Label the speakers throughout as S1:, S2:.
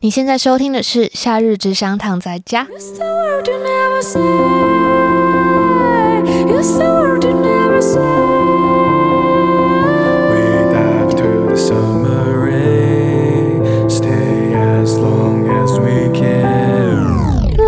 S1: 你现在收听的是《夏日只想躺在家》。
S2: It's the word you never say. It's the word you never say.
S3: We dive through the summer rain, stay as long as we can.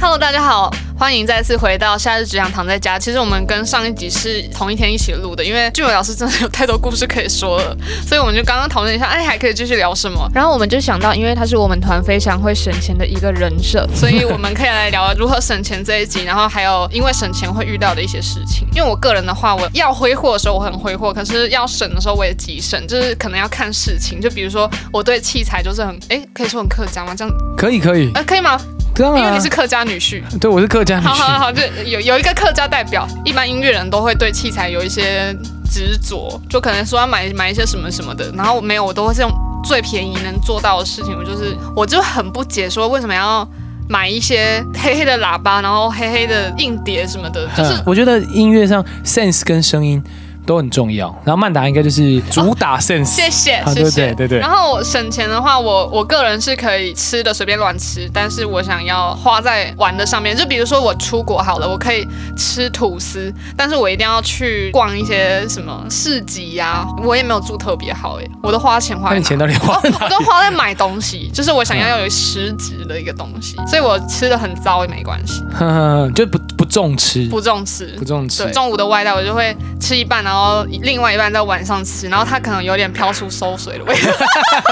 S4: Hello，大家好，欢迎再次回到《夏日只想躺在家》。其实我们跟上一集是同一天一起录的，因为俊伟老师真的有太多故事可以说了，所以我们就刚刚讨论一下，哎，还可以继续聊什么？
S1: 然后我们就想到，因为他是我们团非常会省钱的一个人设，
S4: 所以我们可以来聊如何省钱这一集，然后还有因为省钱会遇到的一些事情。因为我个人的话，我要挥霍的时候我很挥霍，可是要省的时候我也极省，就是可能要看事情。就比如说我对器材就是很，哎，可以说很客家吗？这样，
S3: 可以可以，
S4: 呃，可以吗？
S3: 当
S4: 因为
S3: 然
S4: 你是客家女婿。
S3: 对我是客家女
S4: 好好好好，
S3: 婿，
S4: 就有有一个客家代表，一般音乐人都会对器材有一些执着，就可能说要买买一些什么什么的，然后没有，我都会是用最便宜能做到的事情，我就是我就很不解说为什么要买一些黑黑的喇叭，然后黑黑的硬碟什么的，就是
S3: 嗯我觉得音乐上 sense 跟声音都很重要，然后曼达应该就是主打 sense，
S4: 哦谢谢，
S3: 啊
S4: 谢
S3: 对
S4: 谢，
S3: 对对对
S4: 然后我省钱的话，我我个人是可以吃的随便乱吃，但是我想要花在玩的上面。就比如说我出国好了，我可以吃吐司，但是我一定要去逛一些什么市集呀、我也没有住特别好诶，我都花钱花
S3: 那
S4: 在
S3: 你钱到底花
S4: 哦
S3: 在哪
S4: 我
S3: 里
S4: 都？花在买东 西，就是我想要有实质的一个东西，所以我吃的很糟也没关系，
S3: 哼哼哼 就不不重吃，
S4: 哦不重视
S3: 嗯不。重吃
S4: 对，。中午的外带我就会吃一半，然后另外一半在晚上吃，然后它可能有点飘出馊水的味道。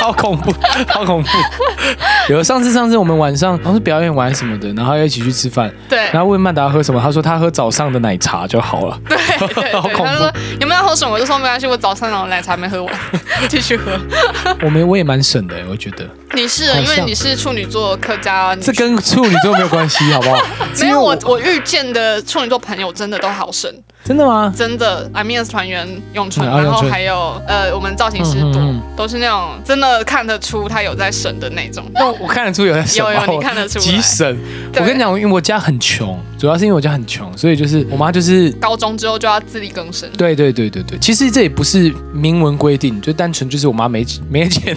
S3: 好恐 怖，好恐怖！有上次上次我们晚上好像是表演完什么的，然后要一起去吃饭，
S4: 对，
S3: 然后问曼达喝什么，他说他喝早上的奶茶就好了。
S4: 对对对，
S3: 好恐怖
S4: 他说有没有要喝什么？我就说没关系，我早上的奶茶没喝 完，继续喝。
S3: 我们我也蛮省的，我觉得
S4: 你是
S3: 好像
S4: 因为你是处女座客家女
S3: 这
S4: 生，
S3: 跟处女座没有关系，好不好？
S4: 没
S3: 因为
S4: 有我我遇见的处女座朋友真的都好省，
S3: 真的吗？
S4: 真的。I mean 团员永春，
S3: 嗯啊
S4: 然后
S3: 咏春
S4: 还有呃我们造型师
S3: 嗯嗯
S4: 多
S3: 嗯
S4: 都是那种真的看得出他有在省的那种。
S3: 那我看得出有在省
S4: 有
S3: 吧，
S4: 有，你看得出
S3: 极
S4: 来。
S3: 省。
S4: 对
S3: 我跟你讲，因为我家很穷，主要是因为我家很穷，所以就是我妈就是。
S4: 高中之后就要自力更生，
S3: 对对对对对，其实这也不是明文规定，就单纯就是我妈 没没钱，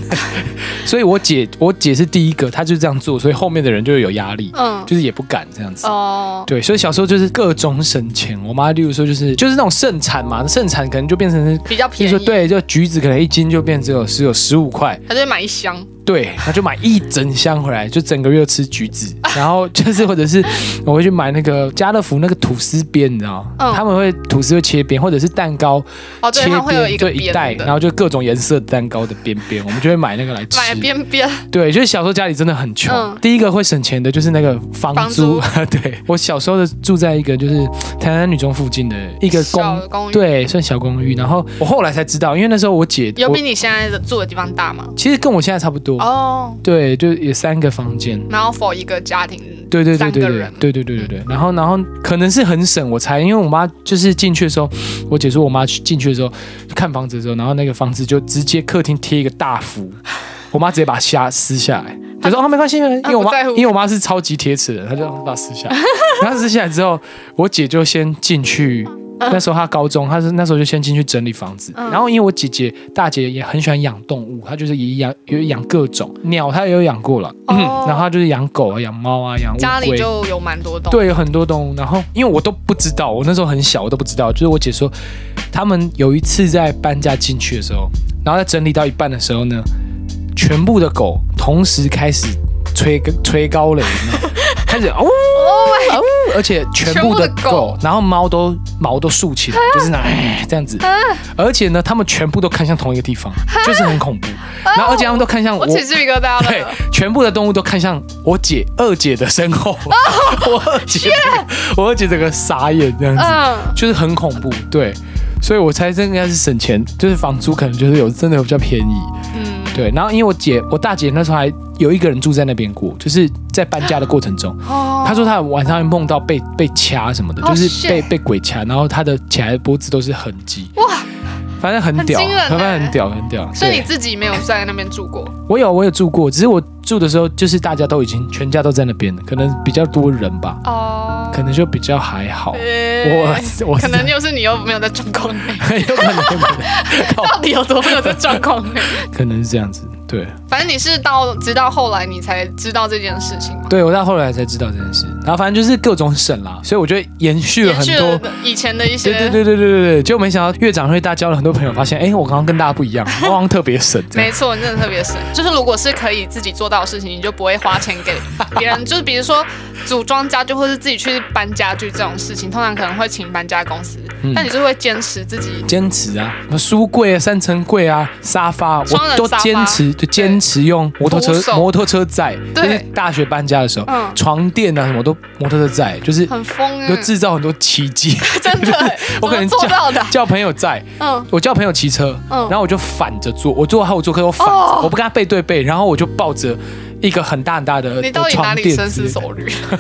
S3: 所以我姐我姐是第一个，她就这样做，所以后面的人就有压力，
S4: 嗯，
S3: 就是也不敢这样子。
S4: 哦，
S3: 对，所以小时候就是各种省钱。我妈，例如说就是就是那种盛产嘛，盛产可能就变成是，
S4: 比较
S3: 例
S4: 便
S3: 如
S4: 宜，
S3: 说，对，就橘子可能一斤就变只有只有十五块，
S4: 他就会买一箱，
S3: 对，她就买一整箱回来，就整个月吃橘 子。然后就是或者是 我会去买那个家乐福那个吐司边，你知道吗？
S4: 嗯
S3: 他们会吐司会切边，或者是蛋糕
S4: 哦，对，
S3: 切
S4: 他会有一
S3: 边，
S4: 个
S3: 对一
S4: 边
S3: 袋，
S4: 的
S3: 然后就各种颜色的蛋糕的边边，我们就会买那个来 吃。
S4: 买边边，
S3: 对，就是小时候家里真的很穷。
S4: 嗯
S3: 第一个会省钱的就是那个房
S4: 房
S3: 租
S4: 租。
S3: 对我小时候的住在一个就是台南女中附近的一个
S4: 小
S3: 公，
S4: 的公寓，
S3: 对，算小公寓。然后我后来才知道，因为那时候我姐，
S4: 有
S3: 我
S4: 比你现在的住的地方大吗？
S3: 其实跟我现在差不多。
S4: 哦，
S3: 对，就也三个房间。
S4: 然后 for 一个家庭，
S3: 对对对
S4: 三
S3: 对
S4: 个
S3: 对
S4: 人，嗯
S3: 对对对对对，然后然后可能是很省，我猜，因为我妈就是进去的时候，我姐说我妈去进去的时候看房子的时候，然后那个房子就直接客厅贴一个大 符，我妈直接把它下撕下来，就说哦没关系，因为
S4: 啊不
S3: 我妈
S4: 在乎
S3: 因为我妈是超级铁齿的人，她就把它撕下来， 然后撕下来之后，我姐就先进去。那时候她高中，她是那时候就先进去整理房子，然后因为我姐姐大姐也很喜欢养动物，她就是也养有养各种鸟，她也有养过了，嗯
S4: 哦
S3: 然后她就是养狗啊、养猫啊、养乌
S4: 家里
S3: 龟
S4: 就有蛮多栋，，
S3: 对，有很多动物。然后因为我都不知道，我那时候很小，我都不知道。就是我姐说，他们有一次在搬家进去的时候，然后在整理到一半的时候呢，全部的狗同时开始吹吹高雷，你知道吗开始哦。哦，而且全部的
S4: 全部的
S3: 狗
S4: 狗，
S3: 然后猫都毛都竖起来，就是那哎这样子，而且呢，它们全部都看向同一个地方，就是很恐怖。然后而且它们都看向
S4: 我
S3: 我，
S4: 起鸡皮疙瘩
S3: 对
S4: 了，，
S3: 全部的动物都看向我姐二姐的身后，
S4: 哦
S3: 我二姐，我二姐整个傻眼这样子，
S4: 嗯，
S3: 就是很恐怖，对。所以我猜这应该是省钱，就是房租可能就是有真的有比较便宜，
S4: 嗯，
S3: 对。然后因为我姐，我大姐那时候还有一个人住在那边过，就是在搬家的过程中，
S4: 哦，
S3: 她说她晚上会梦到被被掐什么的，
S4: Oh,
S3: 就是被
S4: shit.
S3: 被鬼掐，然后她的起来的脖子都是痕迹，
S4: 哇，
S3: 反正很
S4: 很
S3: 屌，
S4: 惊人
S3: 反正
S4: 欸
S3: 很屌，很屌。
S4: 所以
S3: 对
S4: 你自己没有在那边住过，
S3: 我有我有住过，只是我住的时候，就是大家都已经全家都在那边了，可能比较多人吧，
S4: 哦，
S3: 可能就比较还好。
S4: 呃
S3: 我我哦
S4: 可能又是你又没有在状况 内，
S3: 有可能有可能
S4: 到底有多没有在状况 内？
S3: 可能是这样子。对，
S4: 反正你是到直到后来你才知道这件事情嘛，
S3: 对我到后来才知道这件事，然后反正就是各种审啦，所以我觉得延续了
S4: 延
S3: 很
S4: 续
S3: 多
S4: 了。以前的一些
S3: 对对对对对对对，就没想到越长越大，交了很多朋友，发现哎，我刚刚跟大家不一 样，我好像特别省这
S4: 没
S3: 样。
S4: 错，你真的特别省。就是如果是可以自己做到的事情，你就不会花钱给 别人。就是比如说组装家具，或是自己去搬家具这种事情，通常可能会请搬家公司。
S3: 嗯
S4: 但你就是会坚持自己，
S3: 坚持啊，什么书柜啊、三层柜啊、沙发，
S4: 双
S3: 我
S4: 人
S3: 都
S4: 沙发
S3: 坚持，就坚持用摩托
S4: 徒
S3: 车
S4: 手
S3: 摩托车载。
S4: 对
S3: 就是大学搬家的时候，
S4: 嗯
S3: 床垫啊什么都摩托车载，就是
S4: 很疯啊
S3: 就，制造很多奇迹。
S4: 真 的，
S3: 我可能
S4: 怎么做
S3: 叫
S4: 到的啊。
S3: 叫朋友载，
S4: 嗯，
S3: 我叫朋友骑车，
S4: 嗯
S3: 然后我就反着坐，我坐后座可是我反着，
S4: 哦
S3: 我不跟他背对背，然后我就抱着一个很大很大的呃
S4: 你到底哪
S3: 床
S4: 里
S3: 垫
S4: 深思
S3: 子，
S4: 熟虑？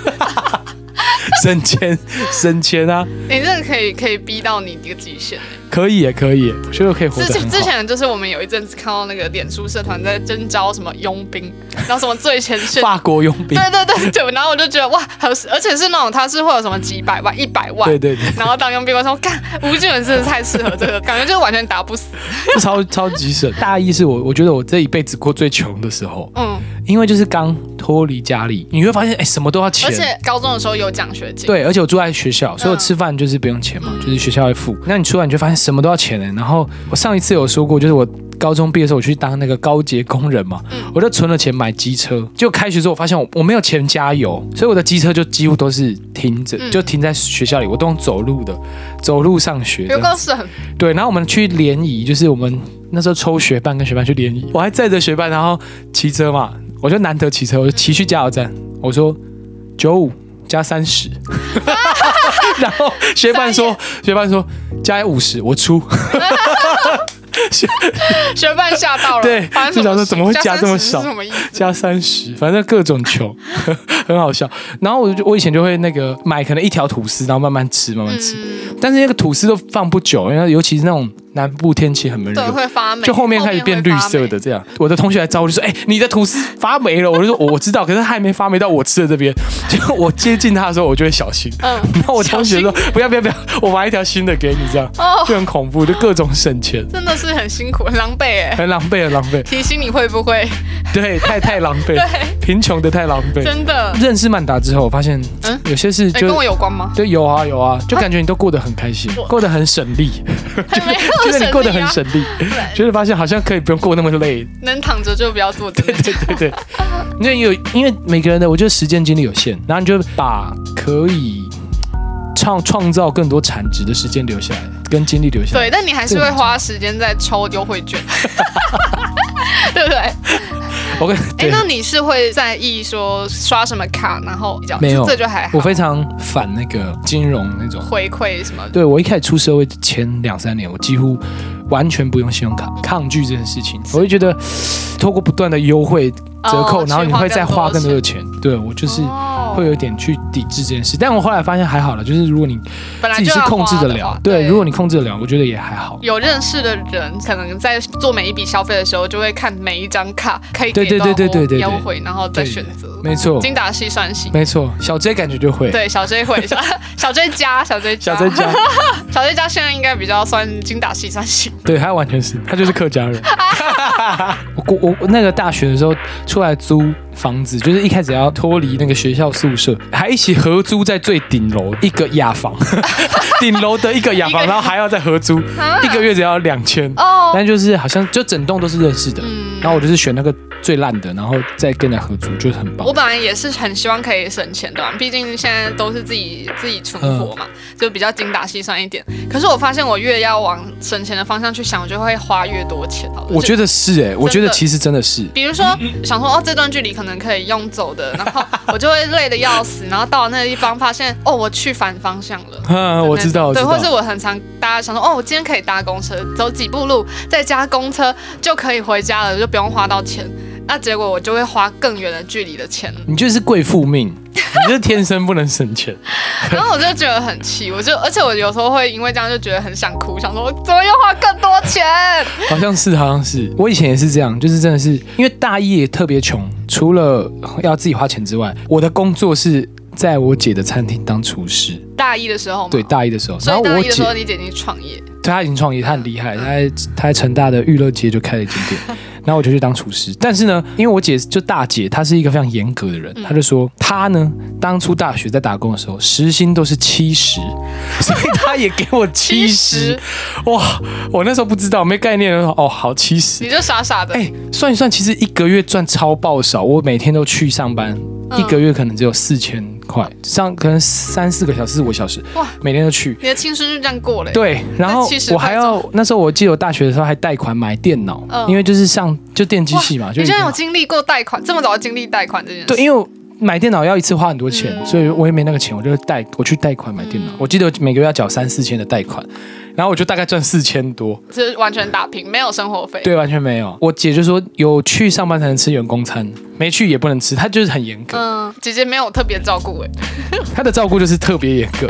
S3: 升迁升迁啊，
S4: 你真的可以可以逼到你一个极限。
S3: 可以耶，可以耶，我觉得我可以活
S4: 之
S3: 得很
S4: 前之
S3: 好。
S4: 前就是我们有一阵子看到那个脸书社团在征招什么佣 兵，然后什么最前线
S3: 法国佣兵，
S4: 对对对对，然后我就觉得哇，还有而且是那种他是会有什么几百万、一百万，
S3: 对对对，
S4: 然后当佣兵，我说干，吴俊文真的太适合这个，感觉就是完全打不死。
S3: 这 超超级省。大一是我我觉得我这一辈子过最穷的时候，
S4: 嗯，
S3: 因为就是刚脱离家里，你会发现哎、什么都要钱
S4: 而。且高中的时候有奖学金，
S3: 对，而且我住在学校，所以我吃饭就是不用钱
S4: 嗯
S3: 嘛，就是学校会付。那你出来你就发现什么都要钱欸的、然后我上一次有说过，就是我高中毕业的时候，我去当那个高捷工人嘛，
S4: 嗯
S3: 我就存了钱买机车。就开学之后，我发现我我没有钱加油，所以我的机车就几乎都是停着，
S4: 嗯
S3: 就停在学校里，我都用走路的，走路上学这
S4: 有
S3: 样。
S4: 够省，
S3: 对，然后我们去联谊，就是我们那时候抽学伴跟学伴去联谊，我还载着学伴，然后骑车嘛，我就难得骑车，我就骑去加油站，我说九五加三十， 然后学伴说学伴说加五十，我出，
S4: 学伴吓到了，
S3: 对
S4: 发生什
S3: 就想
S4: 么
S3: 说
S4: 事
S3: 怎么会加这么
S4: 30是
S3: 少
S4: 什么意思？
S3: 加三十，反正各种穷， 很好笑。然后我就我以前就会那个买可能一条吐司，然后慢慢吃慢慢吃，
S4: 嗯，
S3: 但是那个吐司都放不久，因为尤其是那种南部天气很闷热
S4: 对，，会发霉，
S3: 就后面开始变绿色的这样。我的同学来找我就说：“哎、你的吐司发霉了。”我就说：“我我知道，可是还没发霉到我吃的这边。” 就我接近他的时候，我就会小心。
S4: 后面会发霉，嗯，
S3: 然后我同学说
S4: 小心：“
S3: 不要不要不要，我买一条新的给你，这样
S4: 哦，
S3: 就很恐怖，就各种省钱，
S4: 真的是很辛苦，很狼狈哎。
S3: 很狼狈，很狼 狈。
S4: 提醒你会不会？
S3: 对，太太狼狈，贫穷的太狼狈。
S4: 真的，
S3: 认识曼达之后，我发现
S4: 嗯
S3: 有些事
S4: 哎，
S3: 就
S4: 跟我有关吗？
S3: 对有啊有啊，就感觉你都过得很开心，过得很省力，
S4: 没
S3: 觉
S4: 有
S3: 得
S4: 省
S3: 你过得很
S4: 力啊
S3: 省力，觉得发现好像可以不用过那么累，
S4: 能躺着就不要坐着。
S3: 对对对，因为有因为每个人的，我觉得时间精力有限，然后你就把可以创创造更多产值的时间留下来，跟精力留下来。
S4: 对，但你还是会花时间在抽优惠券， 对不对？哎，
S3: 我跟对，
S4: 那你是会在意说刷什么卡，然后比较
S3: 没有
S4: 这就还好
S3: 我非常反那个金融那种。
S4: 回馈什么？
S3: 对我一开始出社会前两三年，我几乎完全不用信用卡，抗拒这件事情。我会觉得透过不断的优惠折扣，
S4: 哦
S3: 然后你会
S4: 去
S3: 再花
S4: 花
S3: 更
S4: 更
S3: 多
S4: 多
S3: 的
S4: 的
S3: 钱。对我就是
S4: 哦
S3: 会有点去抵制这件事，但我后来发现还好了，就是如果你
S4: 本来
S3: 自己
S4: 就是要
S3: 控制
S4: 花
S3: 得
S4: 的
S3: 了
S4: 话，
S3: 对，如果你控制得了，我觉得也还好。
S4: 有认识的人，可能在做每一笔消费的时候，就会看每一张卡可以
S3: 对
S4: 给
S3: 对
S4: 到
S3: 对对对对对
S4: 优惠，然后再
S3: 对
S4: 选择。
S3: 没错，
S4: 精打细算型，
S3: 没错，小 J 感觉就会，
S4: 对小 J 会 小小 J 加小 J
S3: 小
S4: 加
S3: J 家，
S4: 小 J 加现在应该比较算精打细算型。
S3: 对他完全是，他就是客家人。我过我我那个大学的时候出来租房子，就是一开始要脱离那个学校宿舍，还一起合租在最顶楼一个雅房， 顶楼的一个雅
S4: 一
S3: 房，
S4: 个啊
S3: 然后还要再合租，一个月只要两千。
S4: 哦，嗯
S3: 但就是好像就整栋都是认识的，然后我就是选那个最烂的，然后再跟人家合租，就是很棒
S4: 我。本来也是很希望可以省钱的嘛，毕竟现在都是自己自己存
S3: 嗯
S4: 活嘛，就比较精打细算一点。可是我发现我越要往省钱的方向去想，我就会花越多钱。
S3: 我觉
S4: 得。
S3: 得是哎、我觉得其实真的 是，
S4: 比如说，想说哦，这段距离可能可以用走的，然后我就会累得要死，然后到了那个地方发现，哦，我去反方向了。
S3: 嗯， 我知道，我知
S4: 对，
S3: 道。
S4: 或是我很常大家想说，哦，我今天可以搭公车，走几步路，再加公车就可以回家了，就不用花到钱。那结果我就会花更远的距离的钱，
S3: 你就是贵妇 命，你就是天生不能省钱。
S4: 然后我就觉得很气，我就而且我有时候会因为这样就觉得很想哭，想说我怎么又花更多钱？
S3: 好像是，好像是。我以前也是这样，就是真的是因为大一也特别穷，除了要自己花钱之外，我的工作是在我姐的餐厅当厨师。
S4: 大一的时候嘛，
S3: 对，大一的时候，
S4: 哦所
S3: 然后
S4: 以大
S3: 我
S4: 一的时
S3: 姐
S4: 候你姐已经创业，
S3: 对她已经创业，她很厉害，她在她在成大的娱乐街就开了一间店， 然后我就去当厨师。但是呢，因为我姐就大姐，她是一个非常严格的人，她
S4: 嗯
S3: 就说她呢当初大学在打工的时候，时薪都是七 十，所以她也给我七十
S4: 70。
S3: 哇，我那时候不知道，没概念，哦，好七十
S4: 你。就傻傻的，
S3: 哎、算一算，其实一个月赚超爆少。我每天都去上班，
S4: 嗯
S3: 一个月可能只有四千块，上可能三四个小时、四五个小时，
S4: 哇
S3: 每天都去。
S4: 你的青春就这样过了、欸。
S3: 对，然后
S4: 70
S3: 我还要那时候我记得我大学的时候还贷款买电脑，
S4: 嗯
S3: 因为就是上就电机
S4: 哇，
S3: 系嘛，就
S4: 你
S3: 一
S4: 居
S3: 定
S4: 然
S3: 要
S4: 有经历过贷款，这么早就经历贷款这件事，
S3: 对，因为我买电脑要一次花很多钱，
S4: 嗯
S3: 所以我也没那个钱，我就贷我去贷款买电脑。我记得我每个月要缴三四千的贷款，然后我就大概赚四千多，
S4: 就是完全打平，没有生活费。
S3: 对，完全没有。我姐就说有去上班才能吃员工餐，没去也不能吃，她就是很严格。
S4: 嗯，姐姐没有特别照顾哎、
S3: 他的照顾就是特别严 格，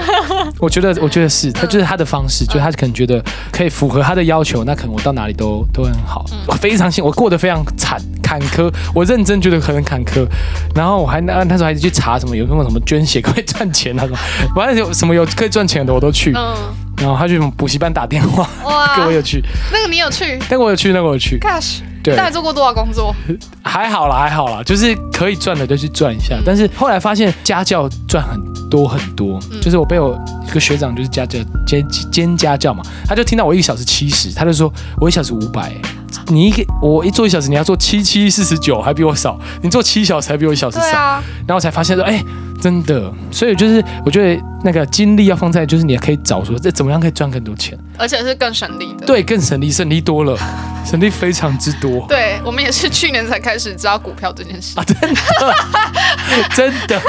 S3: 我觉得，我觉得是他就是他的方式，就是他可能觉得可以符合他的要求，那可能我到哪里都都很好，
S4: 嗯
S3: 我非常幸，我过得非常惨坎坷，我认真觉得很坎坷，然后我还那那时候还去查什么有没有什么捐血可以赚钱 那种，反正有什么有可以赚钱的我都去，
S4: 嗯，
S3: 然后他去补习班打电话，
S4: 哇
S3: 给，我有去，
S4: 那个你有去
S3: 那个我有去，那个我有去，
S4: ？Gosh，
S3: 对
S4: 你到底做过多少工作？
S3: 还好啦，还好啦，就是可以赚的就去赚一
S4: 嗯
S3: 下。但是后来发现家教赚很多很多，
S4: 嗯
S3: 就是我被我一个学长就是家教兼兼家教嘛，他就听到我一个小时七十，他就说我一小时五百、
S4: 啊
S3: 你一个我一做一小时你要做七七四十九，还比我少，你做七小时还比我一小时
S4: 对
S3: 少，
S4: 啊，
S3: 然后我才发现说，哎、真的，所以就是我觉得那个精力要放在就是你可以找说这怎么样可以赚更多钱，
S4: 而且是更省力的。
S3: 对，更省力，省力多了，省力非常之多。
S4: 对，我们也是去年才开始知道股票这件事，
S3: 啊，真的， 真的，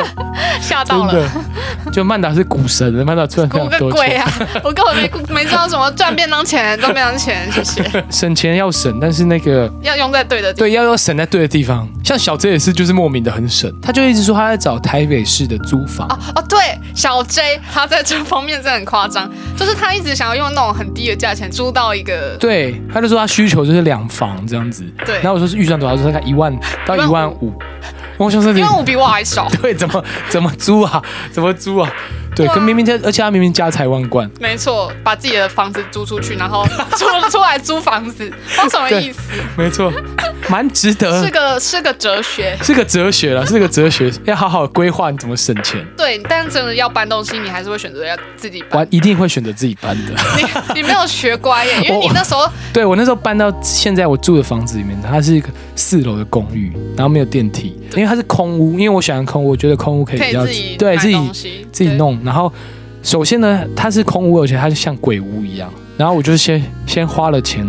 S4: 吓到
S3: 啊真
S4: 了。
S3: 的，就曼达是股神，曼达赚非
S4: 股
S3: 常
S4: 个
S3: 多
S4: 鬼
S3: 钱，
S4: 啊！我根本没顾没知道什么赚便当钱，赚便当钱，谢谢。
S3: 省钱要省，但是那个
S4: 要用在对的地
S3: 对要要省在对的地方。像小哲也是，就是莫名的很省，他就一直说他在找台北市的租房，
S4: 方。哦哦，对，小 J 他在这方面真的很夸张，就是他一直想要用那种很低的价钱租到一个
S3: 对，他就说他需求就是两房这样子。
S4: 对
S3: 然后我说是预算多少，他说大概一万到一万五，我想说
S4: 因
S3: 你
S4: 为我比我还少，
S3: 对怎么怎么租啊，怎么租啊？对，
S4: 对啊
S3: 可明明他，而且他明明家财万贯，
S4: 没错，把自己的房子租出去，然后租出来租房子，那什么意思？
S3: 没错，蛮值得，
S4: 是个是个哲学。
S3: 是个哲学了，是个哲学，要好好规划你怎么省钱。
S4: 对，但真的要搬东西，你还是会选择要自己搬。
S3: 我一定会选择自己搬的。
S4: 你你没有学乖耶，因为你那时候
S3: 对 我那时候搬到现在我住的房子里面，它是一个四楼的公寓，然后没有电梯，因为它是空屋，因为我喜欢空屋，我觉得空屋可以
S4: 可以
S3: 比较
S4: 自己
S3: 对
S4: 买
S3: 自己
S4: 东西
S3: 自己
S4: 对
S3: 弄。然后首先呢，它是空屋，而且它就像鬼屋一样。然后我就先先花了钱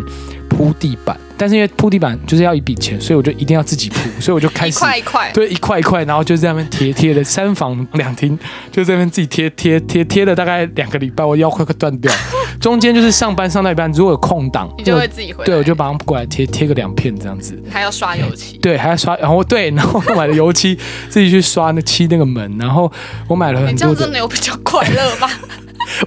S3: 铺地板，但是因为铺地板就是要一笔钱，所以我就一定要自己铺，所以我就开
S4: 一
S3: 始
S4: 块一块，
S3: 对，一块一块，然后就在那边贴贴的，三房两厅，就在那边自己贴贴贴贴了大概两个礼拜，我腰快快断掉。中间就是上班上到一半，如果有空档，
S4: 你就
S3: 我
S4: 会自己回来。
S3: 对我就马上过来贴贴个两片这样子。
S4: 还要刷油漆。
S3: 对，还要刷，然后对，然后买了油漆，自己去刷那漆那个门，然后我买了很
S4: 你哎这
S3: 多
S4: 样真
S3: 的，
S4: 的有比较快乐 吧？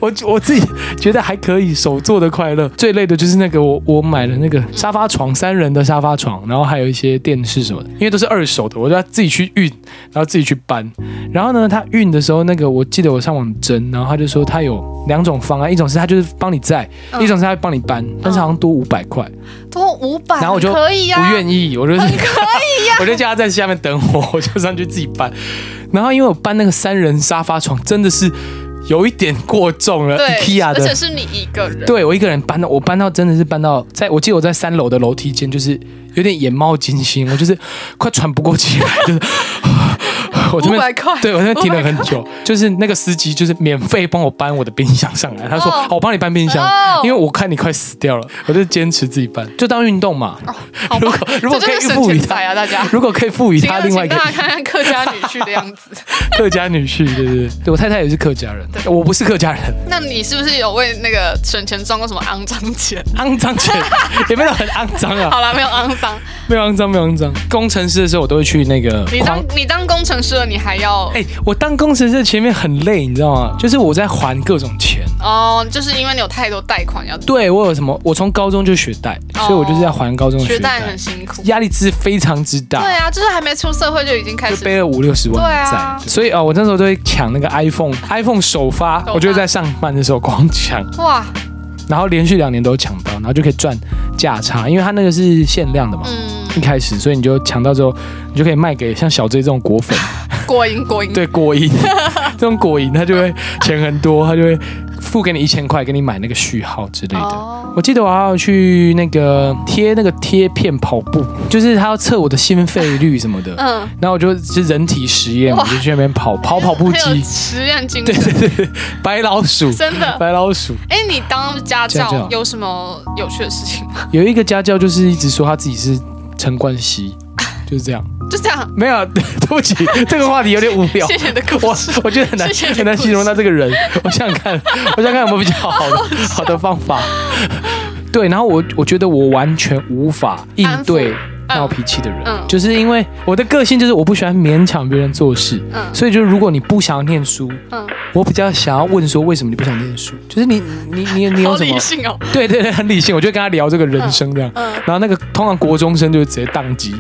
S3: 我我自己觉得还可以，手做的快乐。最累的就是那个我我买了那个沙发床，三人的沙发床，然后还有一些电视什么的，因为都是二手的，我就要自己去运，然后自己去搬。然后呢，他运的时候，那个我记得我上网征，然后他就说他有两种方案，一种是他就是帮你载，
S4: 嗯
S3: 一种是他帮你搬，但是好像多五百块，
S4: 多五百，
S3: 然后我就
S4: 可以呀、
S3: 不愿意，我就是
S4: 很可以呀、
S3: 我就叫他在下面等我，我就上去自己搬。然后因为我搬那个三人沙发床真的是有一点过重了
S4: 对，
S3: ，IKEA
S4: 而
S3: 的
S4: 且是你一个人，
S3: 对我一个人搬到，我搬到真的是搬到，在我记得我在三楼的楼梯间，就是有点眼冒金星，我就是快喘不过气来，就是 我这边
S4: 500块
S3: 对我这边停了
S4: 500
S3: 很久，就是那个司机就是免费帮我搬我的冰箱上来，他说、
S4: 哦
S3: 哦、我帮你搬冰箱，
S4: 哦
S3: 因为我看你快死掉了，我就坚持自己搬，就当运动嘛。
S4: 哦好
S3: 如
S4: 吧
S3: 果？如果
S4: 这
S3: 可以
S4: 就是省
S3: 赋予
S4: 钱
S3: 他
S4: 财啊，大家。
S3: 如果可以赋予
S4: 请
S3: 他另外一
S4: 请
S3: 个
S4: 大家看看客家女婿的样 子。
S3: 客家女婿，对对对，对我太太也是客家人，我不是客家人，
S4: 那你是不是有 为那个省钱赚过什么肮脏钱？
S3: 肮脏钱也没有很肮脏啊，
S4: 好啦，没有肮脏。
S3: 没有肮脏，没有肮脏。工程师的时候，我都会去那个
S4: 你
S3: 狂
S4: 当你当工程师了，你还要
S3: 哎、我当工程师前面很累，你知道吗？就是我在还各种钱。
S4: 哦，就是因为你有太多贷款要
S3: 对我有什么？我从高中就学贷，
S4: 哦
S3: 所以我就是在还高中的
S4: 学
S3: 贷
S4: 贷，很辛苦。
S3: 压力之非常之大。
S4: 对啊，就是还没出社会就已经开
S3: 就
S4: 始
S3: 背了五六十万的
S4: 对
S3: 债，
S4: 啊
S3: 所以啊、呃我那时候都会抢那个 iPhone，iPhone 首发，
S4: 发
S3: 我就在上班的时候狂抢，
S4: 哇，
S3: 然后连续两年都抢到，然后就可以赚价差，因为它那个是限量的嘛，
S4: 嗯，
S3: 一开始，所以你就抢到之后，你就可以卖给像小 J 这种果粉，
S4: 过瘾过瘾。
S3: 对果蝇， 这种果蝇他就会钱很多，他就会付给你一千块，给你买那个序号之类的。
S4: 哦，
S3: 我记得我还要去那个贴那个贴片跑步，就是他要测我的心肺率什么的，
S4: 嗯，
S3: 然后我就是人体实验，我
S4: 哇
S3: 就去那边跑跑跑步
S4: 很有
S3: 机，
S4: 实验精
S3: 对
S4: 神，
S3: 对对，白老鼠，
S4: 真的。
S3: 白老鼠。
S4: 哎，你当家
S3: 家教
S4: 教有什么有趣的事情吗？
S3: 有一个家教就是一直说他自己是陈冠希，就是这样。
S4: 就这样，
S3: 没有，啊 对不起，这个话题有点无聊
S4: 谢。谢你的故
S3: 我
S4: 事。
S3: 我觉得很难
S4: 谢谢你的
S3: 很难形容他这个人。我想想看，我想想看有没有比较好的好的方法。对，然后我我觉得我完全无法应对
S4: 安抚
S3: 闹脾气的人，
S4: 嗯
S3: 就是因为我的个性就是我不喜欢勉强别人做事，
S4: 嗯
S3: 所以就是如果你不想要念书，
S4: 嗯，
S3: 我比较想要问说为什么你不想念书，就是你你你你有
S4: 好
S3: 什
S4: 理
S3: 么？
S4: 性哦。
S3: 对对对，很理性，我就跟他聊这个人生这样。
S4: 嗯，
S3: 然后那个通常国中生就会直接宕机，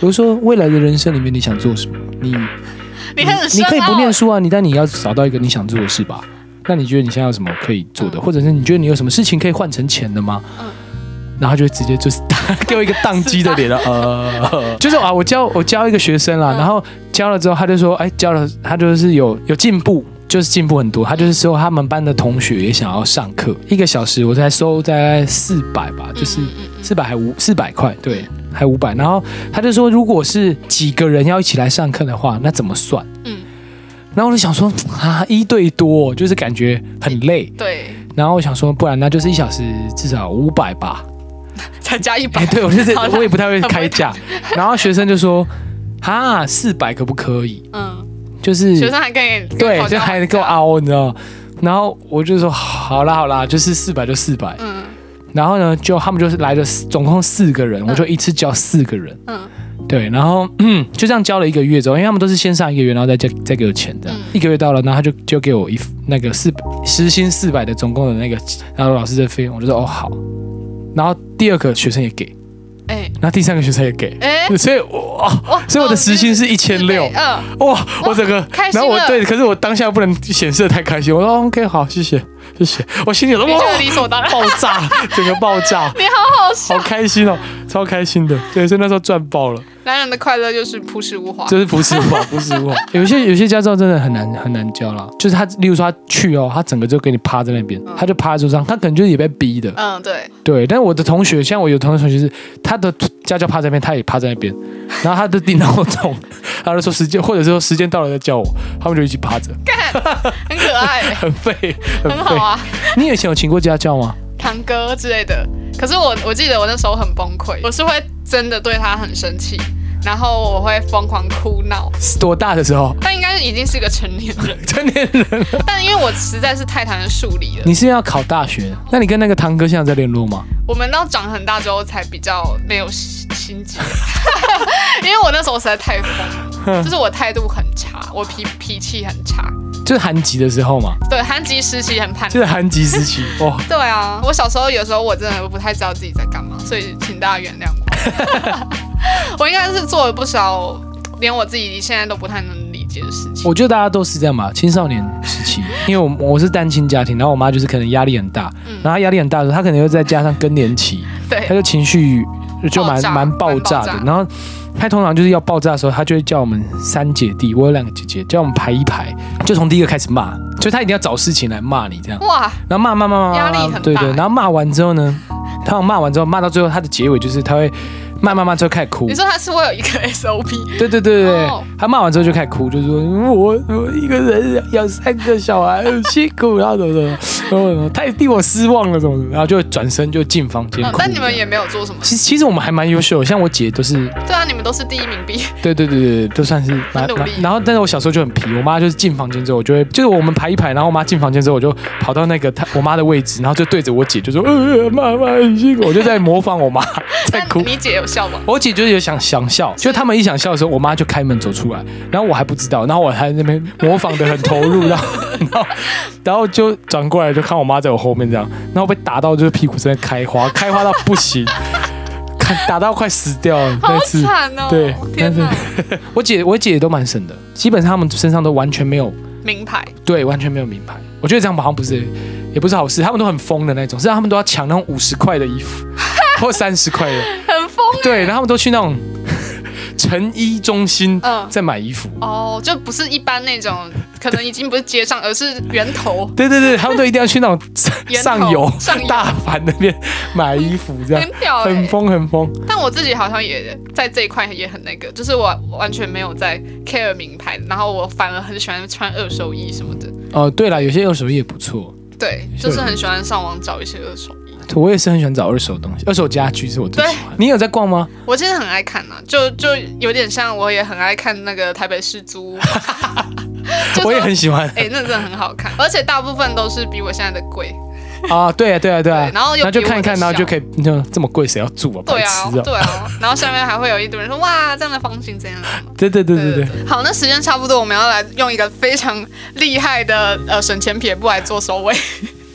S3: 我就说未来的人生里面你想做什么？你
S4: 你很
S3: 嗯你
S4: 深
S3: 可以不
S4: 奥
S3: 念书啊，你但你要找到一个你想做的事吧。那你觉得你现在有什么可以做的，
S4: 嗯
S3: 或者是你觉得你有什么事情可以换成钱的吗？
S4: 嗯
S3: 然后他就直接就是给我一个宕机的脸了，啊呃，就是啊，我教我教一个学生啦，
S4: 嗯
S3: 然后教了之后，他就说，哎，教了他就是有有进步，就是进步很多。他就是说他们班的同学也想要上课，一个小时我才收大概四百吧，就是
S4: 嗯嗯嗯
S3: 四百还五四百块，对，还五百。然后他就说，如果是几个人要一起来上课的话，那怎么算？
S4: 嗯，
S3: 然后我就想说啊，一对多就是感觉很累。
S4: 对，
S3: 然后我想说，不然那就是一小时至少五百吧。
S4: 才加一
S3: 哎，
S4: 百。
S3: 对我就是
S4: 好啦
S3: 我也不太会开价。然后学生就说啊，四百可不可以？
S4: 嗯，
S3: 就是
S4: 学生还跟你
S3: 对，就还
S4: 够
S3: 够。凹，你知道吗？然后我就说好啦好啦，就是四百就四百。
S4: 嗯
S3: 然后呢，就他们就是来了四总共四个人，我就一次教四个人。
S4: 嗯
S3: 对，然后 嗯，就这样教了一个月之后，因为他们都是先上一个月，然后再再再给我钱这样。
S4: 嗯
S3: 一个月到了，然后他就就给我一那个四时薪四百的总共的那个，然后老师的费用，我就说哦好。然后第二个学生也给，
S4: 哎
S3: 然后第三个学生也给，
S4: 哎，哦
S3: 所以我哦，
S4: 哇
S3: 所以我的时薪是一千六。
S4: 嗯，
S3: 哇，我整个
S4: 开，心
S3: 然后我
S4: 了
S3: 对，可是我当下不能显示的太开心，我说哦 OK 好，谢谢谢谢，我心里有
S4: 你
S3: 哇
S4: 觉得理所当然？
S3: 爆炸， 整个爆炸，
S4: 你好好笑
S3: 好。开心哦，超开心的，对，所以那时候赚爆了。
S4: 男人的快乐就是朴实无华。
S3: 就是不是 我，不是我。有些有些家教真的很难很难教啦，就是他，例如说他去哦，他整个就给你趴在那边，他就趴在桌上，他可能就是也被逼的。
S4: 嗯，对，
S3: 对，但我的同学，像我有同学是，他的家教趴在那边，他也趴在那边，然后他就叮闹钟， 他就说时间，或者是说时间到了再叫我，他们就一起趴着，
S4: 很可爱、
S3: 很废， 很
S4: 很好
S3: 废。
S4: 啊，
S3: 你以前有请过家教吗？
S4: 堂哥之类的。可是我我记得我那时候很崩溃，我是会真的对他很生气，然后我会疯狂哭闹。
S3: 多大的时候？
S4: 但应该已经是一个成年人，
S3: 成年人，
S4: 但因为我实在是太讨厌数理了，
S3: 你是要考大学？那你跟那个堂哥现在在联络吗？
S4: 我们到长很大之后才比较没有心心机， 因为我那时候实在太疯 了，就是我态度很差，我脾脾气很差，
S3: 就是韩籍的时候嘛，
S4: 对，韩籍时期很叛逆
S3: 就。是韩籍时期， 哦哇、
S4: 对啊，我小时候有时候我真的不太知道自己在干嘛，所以请大家原谅我。 我应该是做了不少连我自己现在都不太能理解的事情。
S3: 我觉得大家都是这样吧，青少年时期，因为我我是单亲家庭，然后我妈就是可能压力很大，
S4: 嗯
S3: 然后她压力很大的时候，她可能又再加上更年期，
S4: 对
S3: 她，就情绪就
S4: 哎
S3: 蛮
S4: 爆炸
S3: 蛮爆炸
S4: 蛮
S3: 的
S4: 爆炸。
S3: 然后她通常就是要爆炸的时候，她就会叫我们三姐弟，我有两个姐姐，叫我们排一排，就从第一个开始骂，就她一定要找事情来骂你这样，
S4: 哇，
S3: 然后骂骂骂骂
S4: 压
S3: 骂
S4: 力
S3: 骂
S4: 很大
S3: 对对，然后骂完之后呢，通常骂完之后骂到最后，她的结尾就是她会骂骂骂之后开始哭
S4: 你。说他是会有一个 SOP，
S3: 对对对对对
S4: 哦，
S3: 他骂完之后就开始哭，就说我我一个人养三个小孩很辛苦，然后怎么怎么，说太令我失望了，怎么怎么，然后就转身就进房间
S4: 嗯
S3: 哭。
S4: 但你们也没有做什么。
S3: 其实其实我们还蛮优秀的，像我姐都是，
S4: 对啊，你们都是第一名币，
S3: 对对对对，都算是拿
S4: 很努
S3: 拿
S4: 力
S3: 然后，但是我小时候就很皮，我妈就是进房间之后，我就会就是我们排一排，然后我妈进房间之后，我就跑到那个她我妈的位置，然后就对着我姐就说：“呃，妈妈很辛苦。”我就在模仿我妈 在
S4: 但
S3: 哭。
S4: 你姐有笑吗？
S3: 我姐就是有想想笑，就他们一想笑的时候，我妈就开门走出来，然后我还不知道，然后我还在那边模仿的很投入，然后 然后然后就转过来就看我妈在我后面这样，然后被打到就是屁股真的开花，开花到不行，看打到快死掉了
S4: 好
S3: 那次。
S4: 惨哦！
S3: 对
S4: 天哪，
S3: 我姐我姐也都蛮省的，基本上他们身上都完全没有
S4: 名牌
S3: 对，完全没有名牌。我觉得这样好像不是也不是好事，他们都很疯的那种，是他们都要抢那种五十块的衣 服或三十块的。
S4: 很疯欸
S3: 对，然后他们都去那种 成衣中心
S4: 嗯
S3: 在买衣服。
S4: 哦，就不是一般那种，可能已经不是街上，而是源头。
S3: 对对对，他们都一定要去那种
S4: 源头
S3: 上游
S4: 上游
S3: 大阪那边买衣服，这样
S4: 很屌、欸，
S3: 很疯很疯。
S4: 但我自己好像也在这一块也很那个，就是我完全没有在 care 名牌，然后我反而很喜欢穿二手衣什么的。
S3: 哦，对了，有些二手衣也不错，
S4: 对，就是很喜欢上网找一些二手衣。
S3: 我也是很喜欢找二手东西，二手家具是我最喜欢的。你有在逛吗？
S4: 我其实很爱看呐、就就有点像我也很爱看那个台北市租屋， 就是
S3: 我也很喜欢
S4: 哎、那真的很好看，而且大部分都是比我现在的贵。
S3: 啊，对啊对啊对啊
S4: 对，然后又
S3: 那就
S4: 比我
S3: 看一
S4: 的
S3: 看，然后
S4: 小
S3: 就可以，你就这么贵谁要住啊？
S4: 对
S3: 白
S4: 啊，
S3: 痴啊！
S4: 对啊，然后下面还会有一堆人说哇，这样的房型怎样怎样。
S3: 对对对对对。
S4: 好，那时间差不多，我们要来用一个非常厉害的呃省钱撇步来做收尾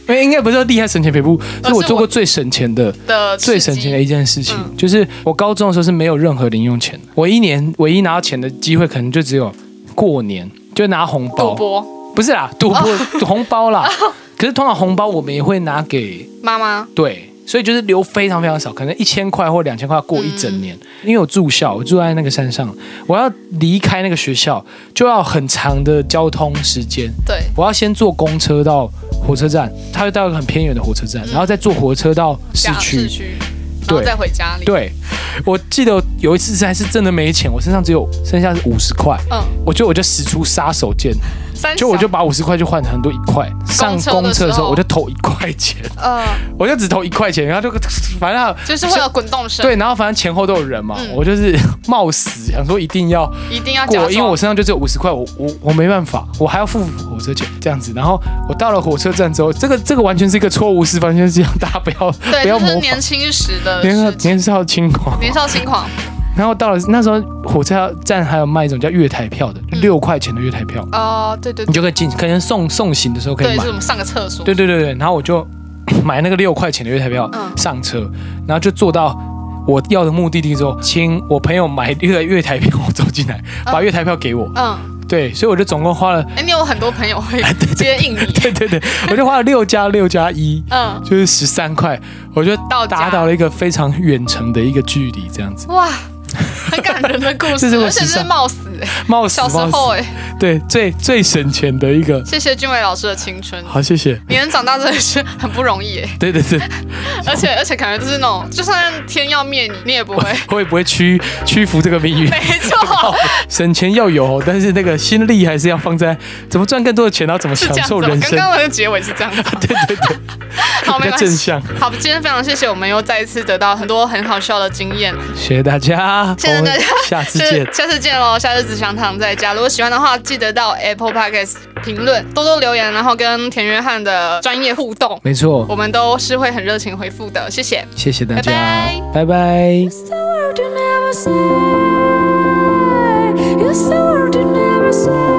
S3: 哎、应该不是说厉害省钱赔布，
S4: 呃
S3: 是我
S4: 是
S3: 做
S4: 我
S3: 过最省钱的、
S4: 的刺激，
S3: 最省钱的一件事情，
S4: 嗯
S3: 就是我高中的时候是没有任何零用钱的，我一年唯一拿到钱的机会，可能就只有过年，就拿红
S4: 赌
S3: 包，
S4: 博哦
S3: 不是啦，赌博、红包啦。可是通常红包我们也会拿给
S4: 妈妈
S3: 对，所以就是留非常非常少，可能一千块或两千块过一整
S4: 嗯
S3: 年。因为我住校，我住在那个山上，我要离开那个学校就要很长的交通时间，
S4: 对
S3: 我要先坐公车到火车站，它会到一个很偏远的火车站，然后再坐火车到市
S4: 家
S3: 区。
S4: 啊市嗯区，然后
S3: 对
S4: 再回家里。，
S3: 对，我记得有一次还是真的没钱，我身上只有剩下是五十块，
S4: 嗯，
S3: 我就我就使出杀手锏，
S4: 三
S3: 就我
S4: 小
S3: 就把五十块就换成很多一块，上
S4: 车的
S3: 公车的
S4: 时
S3: 时
S4: 候
S3: 候我就投一块钱，
S4: 呃，
S3: 我就只投一块钱，然后就 反正
S4: 就是会有滚动声，
S3: 对，然后反正前后都有人嘛，
S4: 嗯
S3: 我就是 冒死想说一定要
S4: 一定要假
S3: 过，
S4: 装，
S3: 因为我身上就只有五十块，我我我没办法，我还要付火车钱这样子。然后我到了火车站之后，这个这个完全是一个错误示范，就是这样，大家不要
S4: 对，
S3: 不要
S4: 就
S3: 模
S4: 是
S3: 仿。
S4: 年轻时 的
S3: 年少
S4: 事情
S3: 年少轻狂，
S4: 年少轻狂，
S3: 然后到了那时候火车站还有卖一种叫月台票的，
S4: 嗯
S3: 六块钱的月台票，
S4: 哦，对对
S3: 你
S4: 对，
S3: 就可以进，可能送送行的时候可以
S4: 对，就
S3: 买
S4: 是。我们上个厕所，
S3: 对对对对，然后我就 买那个六块钱的月台票
S4: 嗯
S3: 上车，然后就坐到我要的目的地之后，请我朋友买月月台票走进来，把月台票给我。
S4: 嗯，
S3: 对，所以我就总共花了，
S4: 哎，你有很多朋友会接应你，
S3: 对对对，我就花了六加六加一。
S4: 嗯，
S3: 就是十三块，我就
S4: 到家
S3: 达到了一个非常远程的一个距离，这样子，
S4: 哇，很感人的故
S3: 这
S4: 事，
S3: 是我
S4: 而且
S3: 时
S4: 是
S3: 尚
S4: 冒死，哎
S3: 冒死
S4: 小时
S3: 冒
S4: 候
S3: 死，
S4: 哎，
S3: 对，最最省钱的一个，
S4: 谢谢俊伟老师的青春。
S3: 好，谢谢。
S4: 你能长大真的是很不容 易哎，
S3: 对对对，
S4: 而且而且感觉就是那种，就算天要灭你，你也不 会。
S3: 我也不会屈屈服这个命运。
S4: 没 错，
S3: 省钱 要有，但是那个心力还是要放在怎么赚更多的钱，然后怎么
S4: 是
S3: 享
S4: 这样子
S3: 受
S4: 吗。
S3: 人
S4: 刚
S3: 生，
S4: 刚的结尾是这 样子吗。对对 对，好，
S3: 比
S4: 没关
S3: 较正
S4: 系。
S3: 向。
S4: 好，今天非常谢谢我们又再一次得到很多很好笑的经验，
S3: 谢谢大家，
S4: 谢谢大家
S3: 我们下次
S4: 是
S3: 见。
S4: 下次见喽，下次只想躺在家。如果喜欢的话，记得到 Apple Podcast 评论，多多留言，然后跟田约翰的专业互动，
S3: 没错，
S4: 我们都是会很热情回复的，谢谢。
S3: 谢谢大家，
S4: 拜
S3: 拜拜
S2: It's the word you never say. It's the word you never say.